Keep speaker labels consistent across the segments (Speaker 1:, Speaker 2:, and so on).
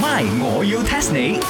Speaker 1: My，我要 test 你。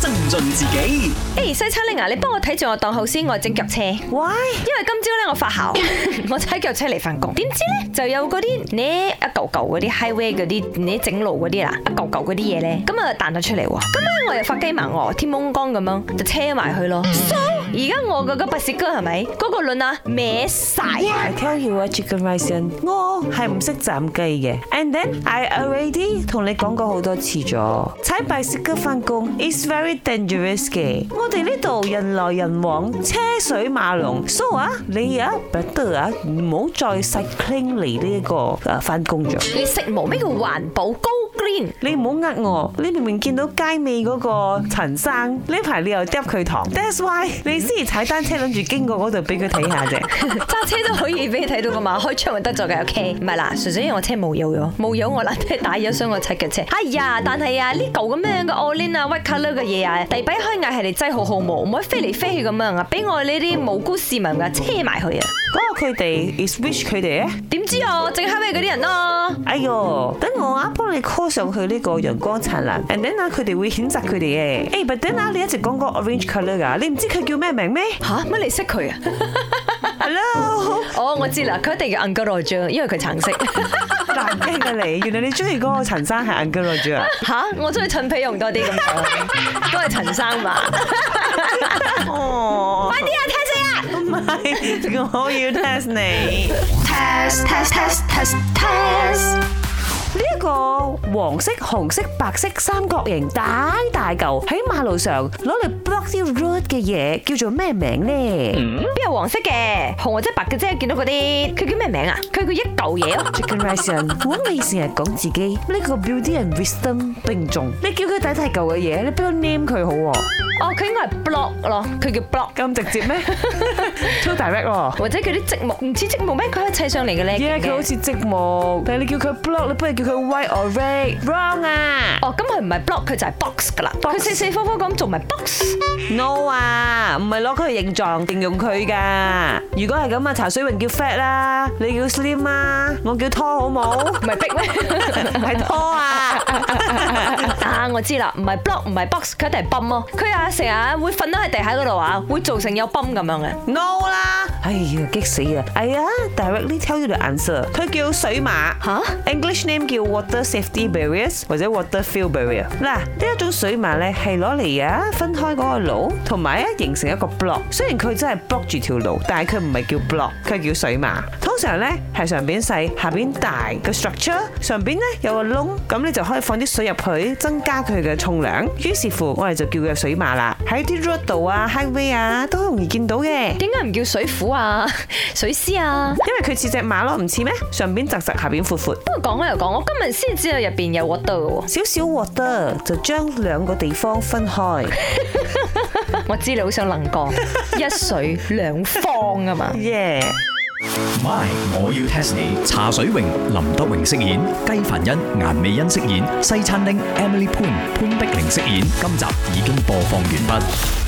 Speaker 1: 增進自己
Speaker 2: 誒西餐拎啊，你幫我睇住我檔口先，我整腳車。因為
Speaker 3: Why？
Speaker 2: 今朝咧我發姣， 我踩腳車嚟翻工。點知咧就有嗰啲呢一嚿嚿嗰啲 highway 嗰啲呢整路嗰啲啦，一嚿嚿嗰啲嘢咧，咁啊彈咗出嚟喎。咁咧我又發雞盲喎，天蒙光咁樣就車埋去咯。So，而家我嗰個巴士哥係咪嗰個輪啊歪晒？
Speaker 3: I tell you what, chicken rice and 我係唔識斬雞嘅。And then I already 同你講過好多次咗，踩 bicycle 翻工 is very dangerous 嘅。我哋呢度人來人往，車水馬龍，so 啊，你啊 b r 啊，唔好再 cycling 嚟呢一個誒翻工咗。
Speaker 2: 你食無咩叫環保高 green？
Speaker 3: 你唔好呃我，你明明見到街尾嗰個陳生呢排你又嗒佢糖，that's why 你先至踩單車諗住經過嗰度俾佢睇下啫。
Speaker 2: 揸車都可以俾你睇到噶嘛，開窗咪得咗嘅，OK？唔係啦，純粹因為我車冇油咗，冇油我爛車打咗，所以我踩腳車。哎呀，但係啊，呢嚿咁樣嘅 all in 啊，white colour 嘅嘢啊，地底開眼係嚟擠好好冇，唔可以飛嚟飛去咁樣啊，俾我呢啲無辜市民啊車埋去啊！
Speaker 3: 嗰個佢哋 is wish 佢哋啊！
Speaker 2: 點知啊，正黑尾嗰啲人啊咯，
Speaker 3: 哎哟，等我啊幫你 call 上去呢個陽光燦爛，and then 啊佢哋會譴責佢哋嘅。誒，but then 啊你一直講個 orange colour 噶，你唔知佢叫咩名咩
Speaker 2: 吓？乜你識佢啊？
Speaker 3: ？Hello，
Speaker 2: 哦，我知啦，佢一定叫 Uncle Roger，因為佢 橙色。
Speaker 3: 難聽嘅你，原來你中意嗰個陳生係 Uncle Roger 啊！
Speaker 2: 吓，我中意襯皮用多 啲咁樣，都係陳生 嘛。
Speaker 3: 哦，
Speaker 2: 快啲啊，聽死啊！
Speaker 3: 唔係，我要 test 你。
Speaker 4: test test test test test
Speaker 3: 呢一個黃色、紅色、白色三角形大大嚿喺馬路上攞嚟 block 啲 road 嘅嘢叫做咩名呢
Speaker 2: 邊有黃色嘅，紅或者白嘅啫。見到嗰啲，佢叫咩名啊？佢叫一嚿嘢咯。
Speaker 3: ？Chicken rice and 我你成日講自己呢個 beauty and wisdom 並重，你叫佢大大嚿嘅嘢，你俾個 name 佢好喎，
Speaker 2: 哦，佢應該係 block 咯，佢叫 block，
Speaker 3: 咁直接咩？Too direct 喎。
Speaker 2: 或者佢啲積木，唔似積木咩？佢係砌上嚟嘅咧。
Speaker 3: 耶，
Speaker 2: 見
Speaker 3: 佢好
Speaker 2: 嘅
Speaker 3: 似積木，但係你叫佢 block，你不如叫佢 white or red，wrong 啊
Speaker 2: 哦，咁佢唔係 block，佢就係 box 噶啦。佢四四方方咁做埋 box。
Speaker 3: ！No 啊，唔係攞佢嘅形狀形容佢噶。如果係咁啊，茶水榮叫 fat 啦，你叫 slim 啊，我叫拖 好冇？
Speaker 2: 唔係逼 咩？
Speaker 3: 唔係拖啊！
Speaker 2: 啊，我知啦，唔係 block，唔係 box，佢一定係泵咯。佢啊成日會瞓得喺地下嗰度啊，會造成有泵咁樣嘅。
Speaker 3: No 啦！哎呀，激死啊！哎呀，directly tell you the answer。佢叫水馬
Speaker 2: 吓
Speaker 3: ，English name 叫 water safety barriers 或者 water fill barrier。嗱，呢一種水馬咧係攞嚟啊分開嗰個路，同埋咧形成一個 block。雖然佢真係 block 住條路，但係佢唔係叫 block，佢叫水馬。通常咧係上邊細，下邊大個 structure，上邊咧有個窿，咁你就可以放啲水入去，增加佢嘅重量。於是乎，我哋就叫佢水馬啦。喺啲 road 度啊、highway 啊都容易見到嘅。
Speaker 2: 點解唔叫水虎啊、 水師啊？
Speaker 3: 因為佢似只馬咯，唔似咩？上邊窄窄，下邊闊闊，
Speaker 2: 不過講開又講，我今日先知道入邊有 water 嘅喎。
Speaker 3: 少少獲得就將兩個地方分開。
Speaker 2: 我知你好想能降，一水兩方啊嘛。
Speaker 3: 耶、
Speaker 1: ，My，我要 test 你。茶水榮、林德榮飾演，雞凡欣、顏美欣飾演，西餐廳 Emily Poon 潘碧玲飾演。今集已經播放完畢。